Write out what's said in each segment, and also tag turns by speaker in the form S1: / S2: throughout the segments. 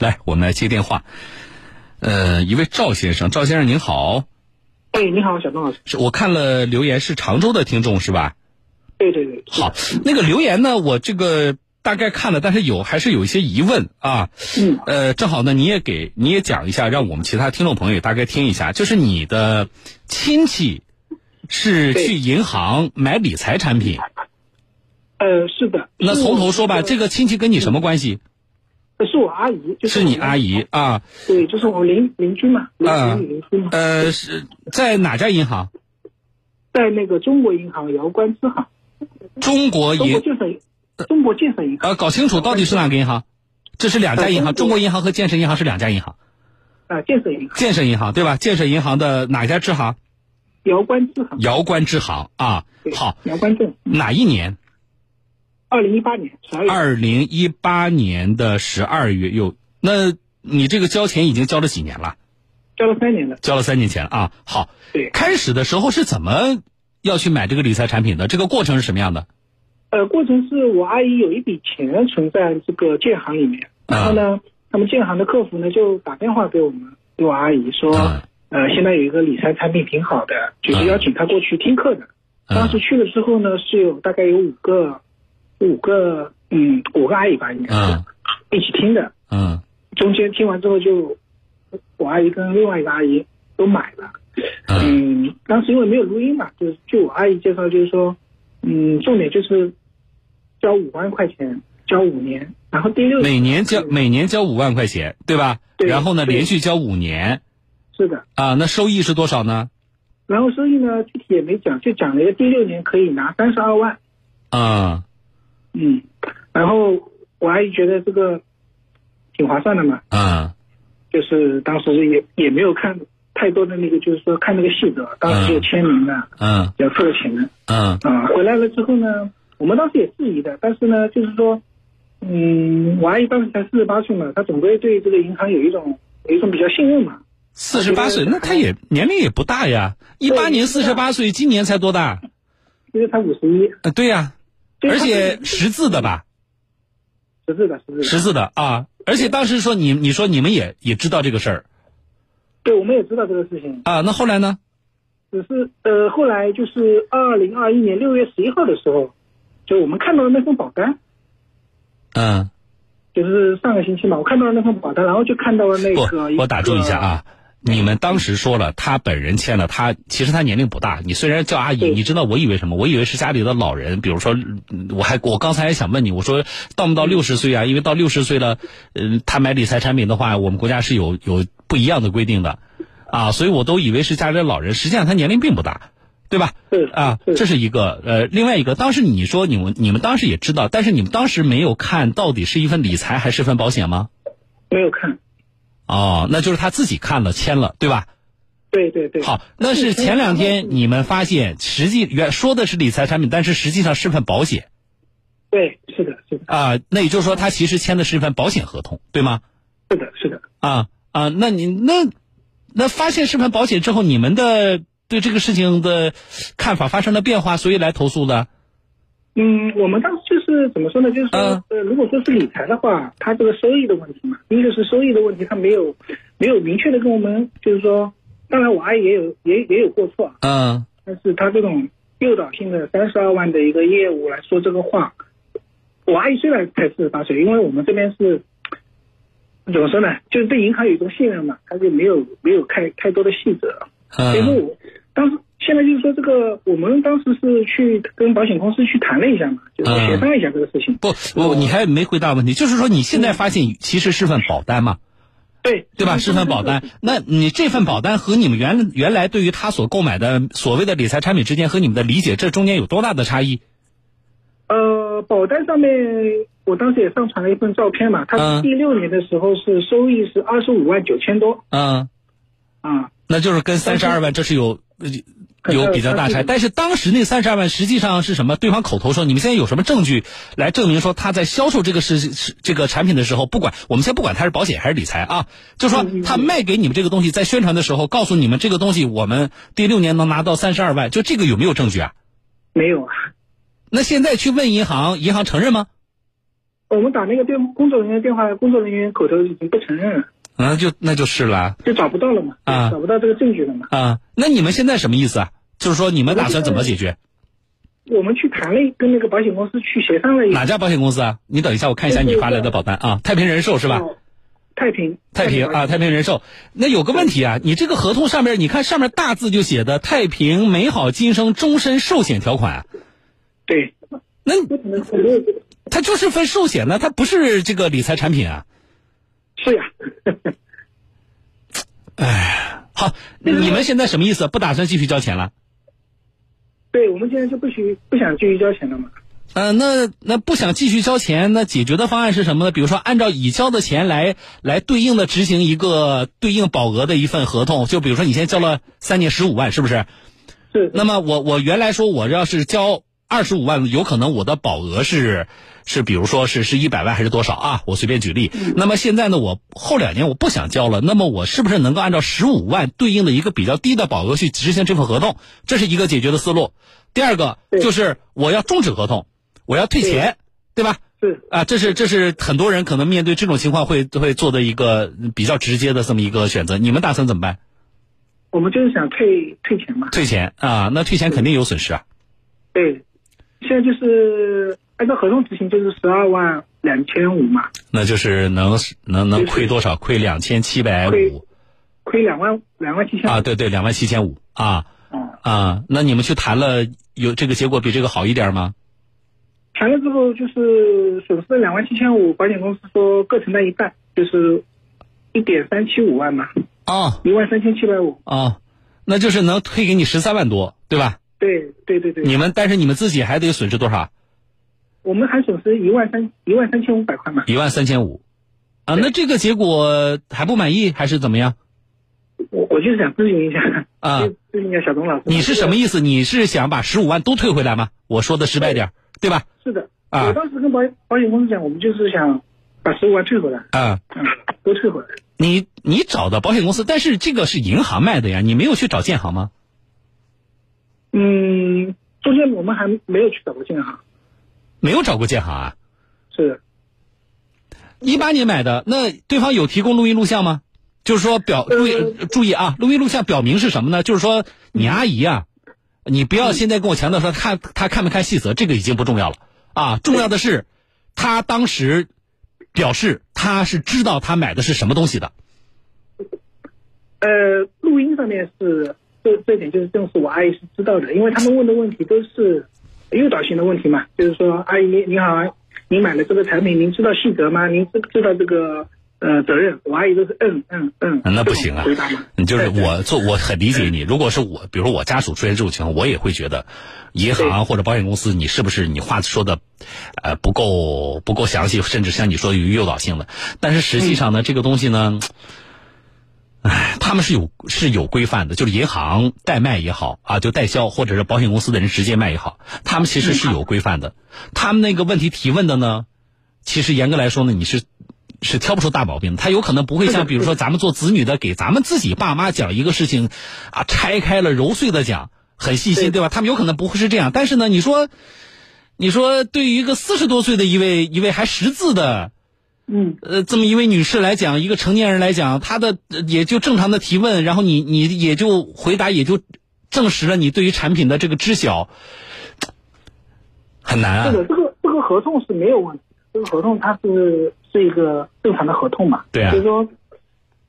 S1: 来，我们来接电话。呃，一位赵先生，赵先生您好，
S2: 哎，你好，小东老师。
S1: 是我看了留言，是常州的听众是吧？
S2: 对对对，是的
S1: 好，那个留言呢，我这个大概看了，但是有还是有一些疑问啊。
S2: 嗯，
S1: 呃，正好呢，你也给你也讲一下，让我们其他听众朋友也大概听一下，就是你的亲戚是
S2: 对
S1: 去银行买理财产品，
S2: 呃，是的。
S1: 那从头说吧，
S2: 嗯
S1: 这个亲戚跟你什么关系？
S2: 个是我阿姨，就是我
S1: 你阿姨啊？
S2: 对，就是我邻邻居嘛，邻
S1: 啊
S2: 邻居嘛，
S1: 呃，是在哪家银行？
S2: 在那个中国银行遥观支行，
S1: 中国
S2: 中国
S1: 银
S2: 建设银，中国建设银行
S1: 呃，搞清楚到底是哪个银行？这是两家银行，
S2: 呃
S1: 中
S2: 中国
S1: 国银行和建设银行是两家银行。
S2: 啊，建设银行
S1: 建设银行对吧？建设银行的哪家支行？
S2: 遥观支行，
S1: 遥观支行啊。
S2: 对
S1: 好，
S2: 遥观镇，
S1: 哪一年？
S2: 二零一八年十二月，
S1: 二零一八年的十二月又，那你这个交钱已经交了几年了？
S2: 交了三年了。
S1: 交了三年前了啊。好，
S2: 对，
S1: 开始的时候是怎么要去买这个理财产品的？这个过程是什么样的？
S2: 呃，过程是我阿姨有一笔钱存在这个建行里面，
S1: 啊
S2: 然后呢，他们建行的客服呢就打电话给我们，给我阿姨说，
S1: 嗯
S2: 呃，现在有一个理财产品挺好的，就是
S1: 嗯
S2: 邀请她过去听课的。当时
S1: 嗯
S2: 去了之后呢，是有大概有五个，五个，嗯，五个阿姨吧，应该是、
S1: 嗯
S2: 一起听的。
S1: 嗯
S2: 中间听完之后就，我阿姨跟另外一个阿姨都买了。
S1: 嗯
S2: 嗯，当时因为没有录音嘛，就是据我阿姨介绍，就是说，嗯，重点就是交五万块钱，交五年，然后第六
S1: 嗯每年交每年交五万块钱，对吧？
S2: 对
S1: 然后呢，
S2: 对
S1: 连续交五年
S2: 是的，
S1: 啊，那收益是多少呢？
S2: 然后收益呢具体也没讲，就讲了一个第六年可以拿三十二万，
S1: 啊、
S2: 嗯，然后我阿姨觉得这个挺划算的嘛，
S1: 嗯
S2: 就是当时也也没有看太多的那个，就是说看那个细则，当时就签名了，
S1: 嗯
S2: 也付了钱了
S1: 嗯
S2: 啊。回来了之后呢，我们当时也质疑的，但是呢，就是说，嗯，我阿姨当时才四十八岁嘛，她总归对这个银行有一种有一种比较信任嘛。
S1: 四十八岁，那他
S2: 嗯
S1: 也年龄也不大呀，一八年
S2: 啊
S1: 四十八岁，今年才多大？
S2: 因为她五十一，
S1: 呃，对呀、
S2: 对
S1: 而且识字的吧，
S2: 识字的识字的，
S1: 识字的啊，而且当时说你，你说你们也也知道这个事儿
S2: 对，我们也知道这个事情，
S1: 啊，那后来呢？
S2: 只是呃，后来就是二零二一年六月十一号的时候，就我们看到了那份保单，
S1: 嗯，
S2: 就是上个星期嘛，我看到了那份保单，然后就看到了那
S1: 不
S2: 个，
S1: 我打住一下啊。你们当时说了，他本人签了，他其实他年龄不大。你虽然叫阿姨，
S2: 对
S1: 你知道我以为什么？我以为是家里的老人，比如说，嗯我还我刚才还想问你，我说到不到六十岁啊？因为到六十岁了，嗯、他买理财产品的话，我们国家是有有不一样的规定的，啊，所以我都以为是家里的老人，实际上他年龄并不大，对吧？
S2: 对
S1: 啊，
S2: 对
S1: 这是一个呃，另外一个，当时你说你们你们当时也知道，但是你们当时没有看到底是一份理财还是份保险吗？
S2: 没有看，
S1: 哦，那就是他自己看了签了，对吧？
S2: 对对对，
S1: 好，那是前两天你们发现，实际原说的是理财产品，但是实际上是份保险
S2: 对，是的，是的，
S1: 啊、那也就是说，他其实签的是一份保险合同，对吗？
S2: 是的，是的，
S1: 啊啊，那你那那发现是份保险之后，你们的对这个事情的看法发生了变化，所以来投诉的。
S2: 嗯，我们当时就是怎么说呢？就是说，
S1: 嗯
S2: 呃，如果说是理财的话，它这个收益的问题嘛，一个是收益的问题，它没有没有明确的跟我们，就是说，当然我阿姨也有也也有过错啊，
S1: 嗯
S2: 但是她这种诱导性的三十二万的一个业务来说这个话，我阿姨虽然才四十八岁，因为我们这边是怎么说呢？就是对银行有一种信任嘛，她就没有没有太太多的细则。所以说
S1: 嗯
S2: 我当时现在就是说这个，我们当时是去跟保险公司去谈了一下嘛，就是
S1: 嗯
S2: 协商一下这个事情。
S1: 不，我你还没回答问题，就是说你现在发现其实是份保单嘛，
S2: 对
S1: 对 吧？
S2: 就是
S1: 份保单。那你这份保单和你们原原来对于他所购买的所谓的理财产品之间和你们的理解，这中间有多大的差异？
S2: 呃，保单上面我当时也上传了一份照片嘛，它
S1: 嗯
S2: 是第六年的时候是收益是二十五万九千多
S1: 嗯，
S2: 啊，
S1: 那就是跟三十二万这是有呃有比较大差异。
S2: 嗯
S1: 但是当时那三十二万实际上是什么？对方口头说，你们现在有什么证据来证明说他在销售这个事是这个产品的时候，不管我们先不管他是保险还是理财啊，就说
S2: 嗯嗯嗯
S1: 他卖给你们这个东西，在宣传的时候告诉你们这个东西我们第六年能拿到三十二万，就这个有没有证据啊？
S2: 没有啊。
S1: 那现在去问银行，银行承认吗？
S2: 哦我们打那个电工作人员电话，工作人员口头已经不承认了，
S1: 嗯，就那就是了
S2: 就找不到了嘛，
S1: 啊
S2: 找不到这个证据了嘛。
S1: 啊。那你们现在什么意思啊？就是说你们打算怎么解决？
S2: 我们去谈了一，跟那个保险公司去协商了一
S1: 哪家保险公司啊？你等一下，我看一下你发来的保单啊，太平人寿是吧？
S2: 哦太平，
S1: 太平啊，太平人寿，那有个问题啊，你这个合同上面，你看上面大字就写的“太平美好今生终身寿险条款”，啊
S2: 对，
S1: 那
S2: 不可能很多
S1: 它就是份寿险呢，它不是这个理财产品啊。
S2: 是呀，
S1: 好，你们现在什么意思？不打算继续交钱了？
S2: 对我们现在就不许不想继续交钱了嘛。
S1: 呃，那那不想继续交钱，那解决的方案是什么呢？比如说，按照已交的钱来来对应的执行一个对应保额的一份合同，就比如说你现在交了三年十五万，是不是？
S2: 是，
S1: 那么我我原来说我要是交二十五万，有可能我的保额是是比如说是是一百万还是多少啊？我随便举例。那么现在呢，我后两年我不想交了，那么我是不是能够按照十五万对应的一个比较低的保额去执行这份合同？这是一个解决的思路。第二个
S2: 对
S1: 就是我要终止合同，我要退钱，对吧？
S2: 是
S1: 啊，这是这是很多人可能面对这种情况会会做的一个比较直接的这么一个选择。你们打算怎么办？
S2: 我们就是想退退钱嘛。
S1: 退钱啊？那退钱肯定有损失啊。
S2: 对，现在就是按照合同执行就是十二万两千五嘛，
S1: 那就是能能能亏多少？亏两千七百五
S2: 亏两万两万七千。
S1: 啊！对对，两万七千五啊
S2: 啊，
S1: 啊！那你们去谈了，有这个结果比这个好一点吗？
S2: 谈了之后就是损失两万七千五，保险公司说各承担一半，就是一点三七五万嘛，
S1: 哦
S2: 一万三千七百五。
S1: 哦，那就是能退给你十三万多，对吧？
S2: 对对对对，
S1: 你们但是你们自己还得损失多少？
S2: 我们还损失一万三一万三千五百块嘛。
S1: 一万三千五啊！那这个结果还不满意还是怎么样？
S2: 我我就是想咨询一下
S1: 啊
S2: 就咨询一下小东老师，
S1: 你是什么？意思？你是想把十五万都退回来吗？我说的直白点儿，对吧？
S2: 是的，
S1: 啊
S2: 我当时跟保保险公司讲，我们就是想把十五万退回来，
S1: 啊，
S2: 嗯，都退回来。
S1: 你你找的保险公司，但是这个是银行卖的呀，你没有去找建行吗？
S2: 嗯，中间我们还没有去找过建行，
S1: 没有找过建行啊？
S2: 是的，
S1: 一八年买的，那对方有提供录音录像吗？就是说表注意
S2: 呃
S1: 注意啊，录音录像表明是什么呢？就是说你阿姨啊，你不要现在跟我强调说看她看没看细则，这个已经不重要了啊，重要的是她当时表示她是知道她买的是什么东西的。
S2: 呃，录音上面是这这点就是正是我阿姨是知道的，因为他们问的问题都是诱导性的问题嘛，就是说阿姨您您好啊，您买了这个产品，您知道细则吗？您知知道这个呃责任？我阿姨都是嗯嗯嗯，
S1: 那不行啊
S2: 这种回答 嘛，
S1: 嗯就是
S2: 对
S1: 我做，我很理解你。如果是我，比如说我家属出现这种情况，我也会觉得，银行或者保险公司，你是不是你话说的，呃，不够不够详细，甚至像你说的有诱导性的。但是实
S2: 嗯
S1: 际上呢，这个东西呢，唉，他们是有是有规范的，就是银行代卖也好啊，就代销，或者是保险公司的人直接卖也好，他们其实是有规范的。他们那个问题提问的呢，其实严格来说呢，你是是挑不出大毛病的。他有可能不会像比如说咱们做子女的给咱们自己爸妈讲一个事情，啊，拆开了揉碎的讲，很细心，
S2: 对
S1: 对吧？他们有可能不会是这样。但是呢，你说，你说对于一个四十多岁的一位一位还识字的。
S2: 嗯，
S1: 呃，这么一位女士来讲，一个成年人来讲，她的呃也就正常的提问，然后你你也就回答，也就证实了你对于产品的这个知晓，很难啊。
S2: 是的，这个这个合同是没有问题的，这个合同它是是一个正常的合同嘛，
S1: 对啊
S2: 所以说，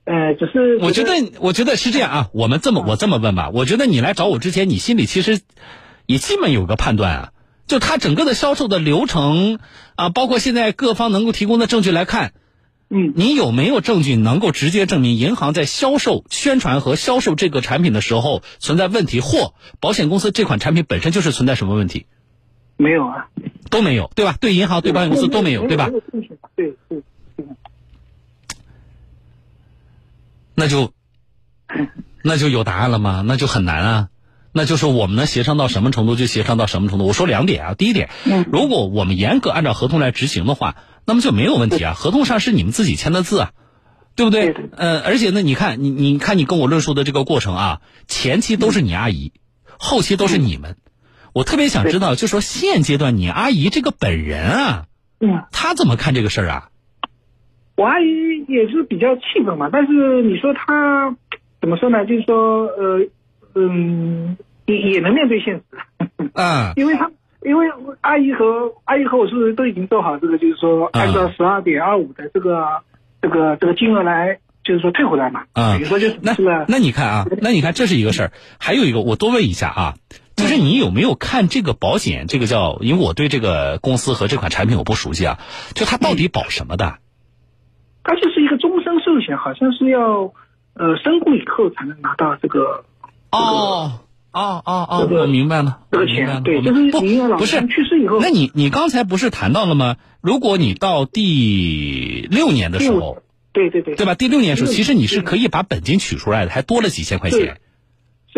S2: 呃，只是
S1: 我觉得，我觉得是这样啊。我们这么，我这么问吧，我觉得你来找我之前，你心里其实也基本有个判断啊。就他整个的销售的流程啊，包括现在各方能够提供的证据来看，
S2: 嗯。
S1: 你有没有证据能够直接证明银行在销售、宣传和销售这个产品的时候存在问题，或保险公司这款产品本身就是存在什么问题？
S2: 没有啊，
S1: 都没有，对吧？对银行、对保险公司都没有，对吧
S2: 没？有进去吧对对，
S1: 那就那就有答案了吗？那就很难啊。那就是我们能协商到什么程度就协商到什么程度。我说两点啊，第一点
S2: 嗯，
S1: 如果我们严格按照合同来执行的话，那么就没有问题啊。合同上是你们自己签的字啊，对不对？
S2: 对对
S1: 呃，而且呢，你看你你看你跟我论述的这个过程啊，前期都是你阿姨，后期都是你们。我特别想知道，就说现阶段你阿姨这个本人啊，
S2: 嗯，
S1: 他怎么看这个事儿啊？
S2: 我阿姨也是比较气愤嘛，但是你说她怎么说呢？就是说，呃，嗯，也也能面对现实，
S1: 嗯
S2: 因为她因为阿姨和阿姨和我是都已经做好这个，就是说
S1: 嗯
S2: 按照十二点二五的这个这个这个金额来，就是说退回来嘛，
S1: 嗯
S2: 等于说就是
S1: 那
S2: 是了
S1: 那你看啊，那你看这是一个事儿，还有一个我多问一下啊，就是你有没有看这个保险？这个叫，因为我对这个公司和这款产品我不熟悉啊，就它到底保什么的？
S2: 它就是一个终身寿险，好像是要呃身故以后才能拿到这个
S1: 哦哦哦哦
S2: 这，个
S1: 我明白了，
S2: 这
S1: 我
S2: 个
S1: 明白了
S2: 钱，对，
S1: 我
S2: 就
S1: 明
S2: 是
S1: 不
S2: 您老
S1: 不是
S2: 人去世以后
S1: 那你你刚才不是谈到了吗？如果你到第六年的时候，
S2: 对对对，
S1: 对吧？第六年的时候，
S2: 对
S1: 其实你是可以把本金取出来的，还多了几千块钱
S2: 对。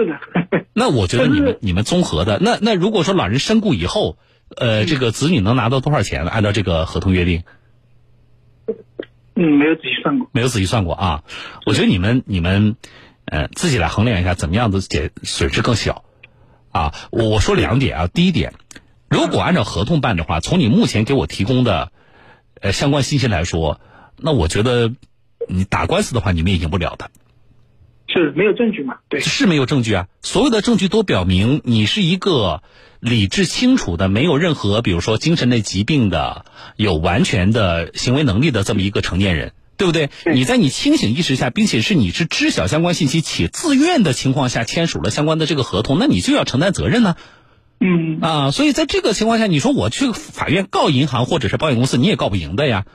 S2: 是的，
S1: 那我觉得你
S2: 但
S1: 们
S2: 是
S1: 你们综合的，那那如果说老人身故以后，呃，这个子女能拿到多少钱呢？按照这个合同约定，
S2: 嗯，没有仔细算过，
S1: 没有仔细算过啊。我觉得你们你们，呃，自己来衡量一下，怎么样子解损失更小啊。我我说两点啊，第一点，如果按照合同办的话，从你目前给我提供的呃相关信息来说，那我觉得你打官司的话，你们也赢不了的。
S2: 是没有证据嘛，对，
S1: 是没有证据啊，所有的证据都表明你是一个理智清楚的，没有任何比如说精神类疾病的、有完全的行为能力的这么一个成年人，对不对？
S2: 对
S1: 你在你清醒意识下，并且是你是知晓相关信息且自愿的情况下签署了相关的这个合同，那你就要承担责任呢
S2: 嗯，
S1: 啊所以在这个情况下，你说我去法院告银行或者是保险公司，你也告不赢的呀。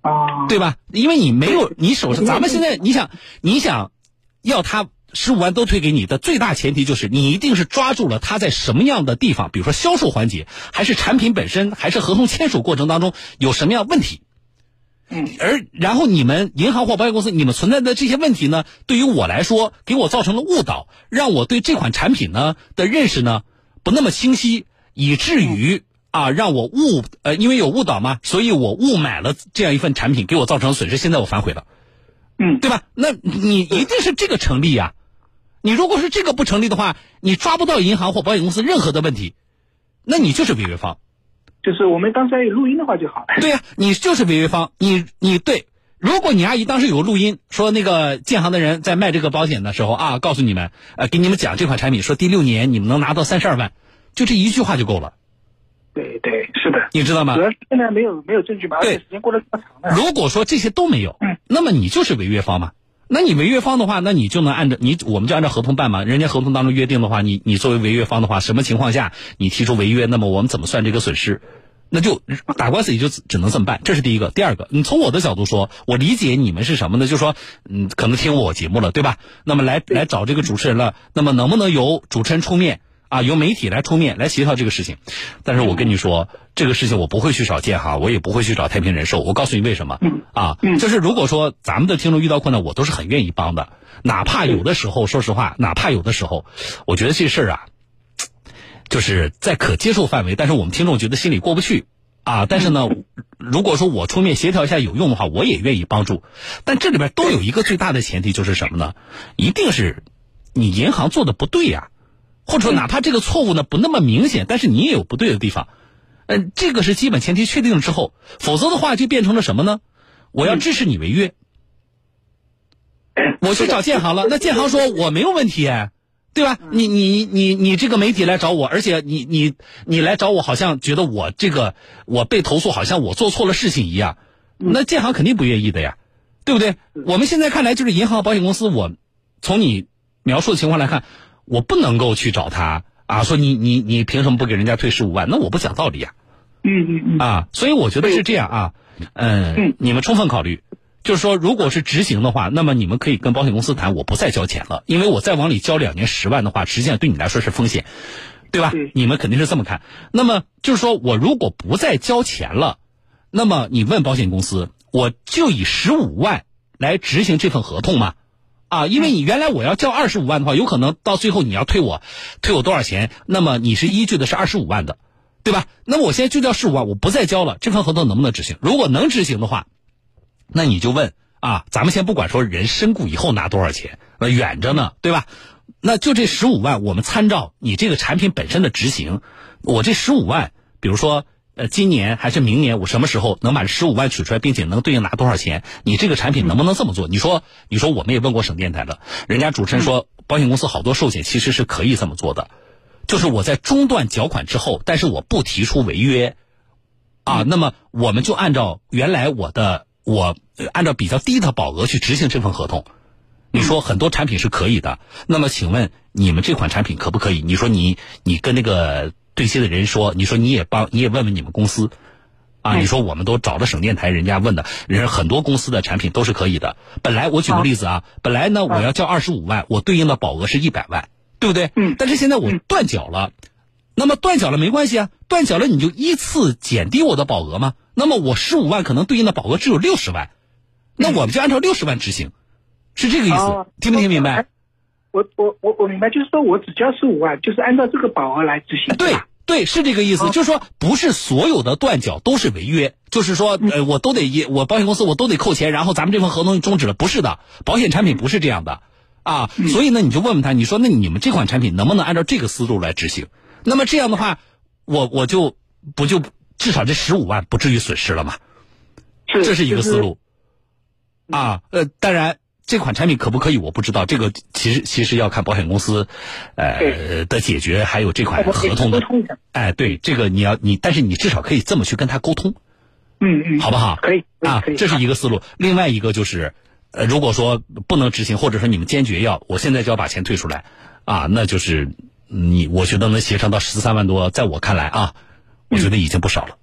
S2: 啊，
S1: 对吧？因为你没有你手上，
S2: 对
S1: 咱们现在你想，你想要他十五万都退给你的最大前提就是你一定是抓住了他在什么样的地方，比如说销售环节，还是产品本身，还是合同签署过程当中有什么样问题。
S2: 嗯，
S1: 而然后你们银行或保险公司，你们存在的这些问题呢，对于我来说，给我造成了误导，让我对这款产品呢的认识呢不那么清晰，以至于啊让我误呃，因为有误导嘛，所以我误买了这样一份产品，给我造成了损失。现在我反悔了，
S2: 嗯，
S1: 对吧？那你一定是这个成立呀、你如果是这个不成立的话，你抓不到银行或保险公司任何的问题，那你就是违约方。
S2: 就是我们当时还有录音的话就好了，
S1: 对呀、你就是违约方，你你对。如果你阿姨当时有录音，说那个建行的人在卖这个保险的时候啊，告诉你们，呃，给你们讲这款产品，说第六年你们能拿到三十二万，就这一句话就够了，
S2: 对对，是的，
S1: 你知道吗
S2: 主？要是现在没有没有证据嘛，而
S1: 对
S2: 且时间过得比较长了，
S1: 如果说这些都没有，那么你就是违约方嘛。那你违约方的话，那你就能按照你，我们就按照合同办嘛。人家合同当中约定的话，你你作为违约方的话，什么情况下你提出违约，那么我们怎么算这个损失？那就打官司也就只只能这么办，这是第一个。第二个，你从我的角度说，我理解你们是什么呢？就说，嗯，可能听我节目了，对吧？那么来来找这个主持人了，那么能不能由主持人出面啊，由媒体来出面来协调这个事情？但是我跟你说，这个事情我不会去找建行，我也不会去找太平人寿。我告诉你为什么啊？就是如果说咱们的听众遇到困难，我都是很愿意帮的，哪怕有的时候，说实话，哪怕有的时候，我觉得这事儿啊，就是在可接受范围，但是我们听众觉得心里过不去啊。但是呢，如果说我出面协调一下有用的话，我也愿意帮助。但这里边都有一个最大的前提就是什么呢？一定是你银行做的不对呀、或者说哪怕这个错误呢不那么明显，但是你也有不对的地方。嗯、这个是基本前提确定了之后，否则的话就变成了什么呢？我要支持你违约，我去找建行了，那建行说我没有问题哎，对吧？你你你你这个媒体来找我，而且你你你来找我，好像觉得我这个我被投诉，好像我做错了事情一样，那建行肯定不愿意的呀，对不对？我们现在看来就是银行、保险公司，我从你描述的情况来看，我不能够去找他啊，说你你你凭什么不给人家退十五万？那我不讲道理呀、
S2: 嗯嗯嗯，
S1: 啊，所以我觉得是这样啊，嗯
S2: 嗯，
S1: 你们充分考虑，就是说，如果是执行的话，那么你们可以跟保险公司谈，我不再交钱了，因为我再往里交两年十万的话，实际上对你来说是风险，对吧
S2: 对？
S1: 你们肯定是这么看。那么就是说我如果不再交钱了，那么你问保险公司，我就以十五万来执行这份合同吗？啊，因
S2: 嗯
S1: 为你原来我要交二十五万的话，有可能到最后你要退我，退我多少钱？那么你是依据的是二十五万的，对吧？那么我现在就交十五万，啊我不再交了，这份合同能不能执行？如果能执行的话，那你就问啊，咱们先不管说人身故以后拿多少钱，那远着呢，对吧？那就这十五万，我们参照你这个产品本身的执行，我这十五万，比如说呃，今年还是明年，我什么时候能把十五万取出来，并且能对应拿多少钱？你这个产品能不能这么做？你说，你说我们也问过省电台了，人家主持人说，保险公司好多寿险其实是可以这么做的，就是我在中断缴款之后，但是我不提出违约，啊，那么我们就按照原来我的我呃按照比较低的保额去执行这份合同。你说很多产品是可以的，那么请问你们这款产品可不可以？你说你你跟那个对接的人说，你说你也帮你也问问你们公司，啊，
S3: 嗯
S1: 你说我们都找了省电台，人家问的，人家很多公司的产品都是可以的。本来我举个
S3: 好
S1: 例子啊，本来呢我要交二十五万，我对应的保额是一百万，对不对？
S2: 嗯
S1: 但是现在我断缴了，那么断缴了没关系啊，断缴了你就依次减低我的保额嘛。那么我十五万可能对应的保额只有六十万，那我们就按照六十万执行，是这个意思，
S2: 嗯哦
S1: 听没听明白？
S2: 我我我我明白，就是说我只交十五万，就是按照这个保额来执 行。
S1: 对
S2: 吧
S1: 对，是这个意思，
S2: 哦
S1: 就是说不是所有的断缴都是违约，就是说呃我都得一我保险公司我都得扣钱，然后咱们这份合同就终止了，不是的，保险产品不是这样的啊，所以呢你就问问他，你说那你们这款产品能不能按照这个思路来执行？那么这样的话，我我就不就至少这十五万不至于损失了嘛？
S2: 是
S1: 这是一个思。
S2: 就是
S1: 路。啊，呃，当然，这款产品可不可以我不知道，这个其实其实要看保险公司，呃
S2: 对
S1: 的解决，还有这款
S2: 我可
S1: 哎
S2: 以
S1: 合同
S2: 沟
S1: 的，
S2: 通一下。
S1: 哎，对，这个你要你，但是你至少可以这么去跟他沟通，
S2: 嗯嗯，
S1: 好不好？
S2: 可以可以
S1: 啊
S2: 可以，
S1: 这是一个思路。另外一个就是，呃，如果说不能执行，或者说你们坚决要，我现在就要把钱退出来，啊，那就是你，我觉得能协商到十三万多，在我看来啊，我觉得已经不少了。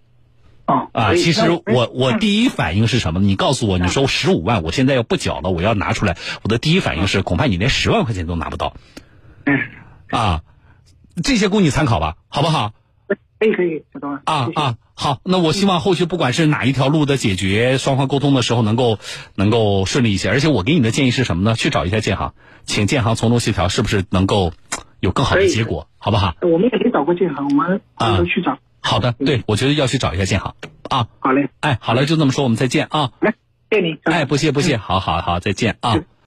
S2: 哦
S1: 啊，
S2: 可以嗯
S1: 其实
S2: 那
S1: 我我第一反应是什么？你告诉我，你说十五万，我现在要不缴了，我要拿出来，我的第一反应是，恐怕你连十万块钱都拿不到
S2: 嗯
S1: 啊。这些供你参考吧，好不好？
S2: 可以可以，小东
S1: 啊
S2: 谢谢
S1: 啊，好，那我希望后续不管是哪一条路的解决，双方沟通的时候能够呃能够顺利一些。而且我给你的建议是什么呢？去找一下建行，请建行从中协调，是不是能够有更好的
S2: 可以
S1: 结果，好不好？
S2: 我们也没找过建行，我们
S1: 啊
S2: 回头去找。
S1: 好的，对，我觉得要去找一下建行啊。
S2: 好嘞，
S1: 哎，好了，就这么说，我们再见啊。
S2: 来，谢谢你，小东
S1: 哎，不谢不谢，好好好，再见啊。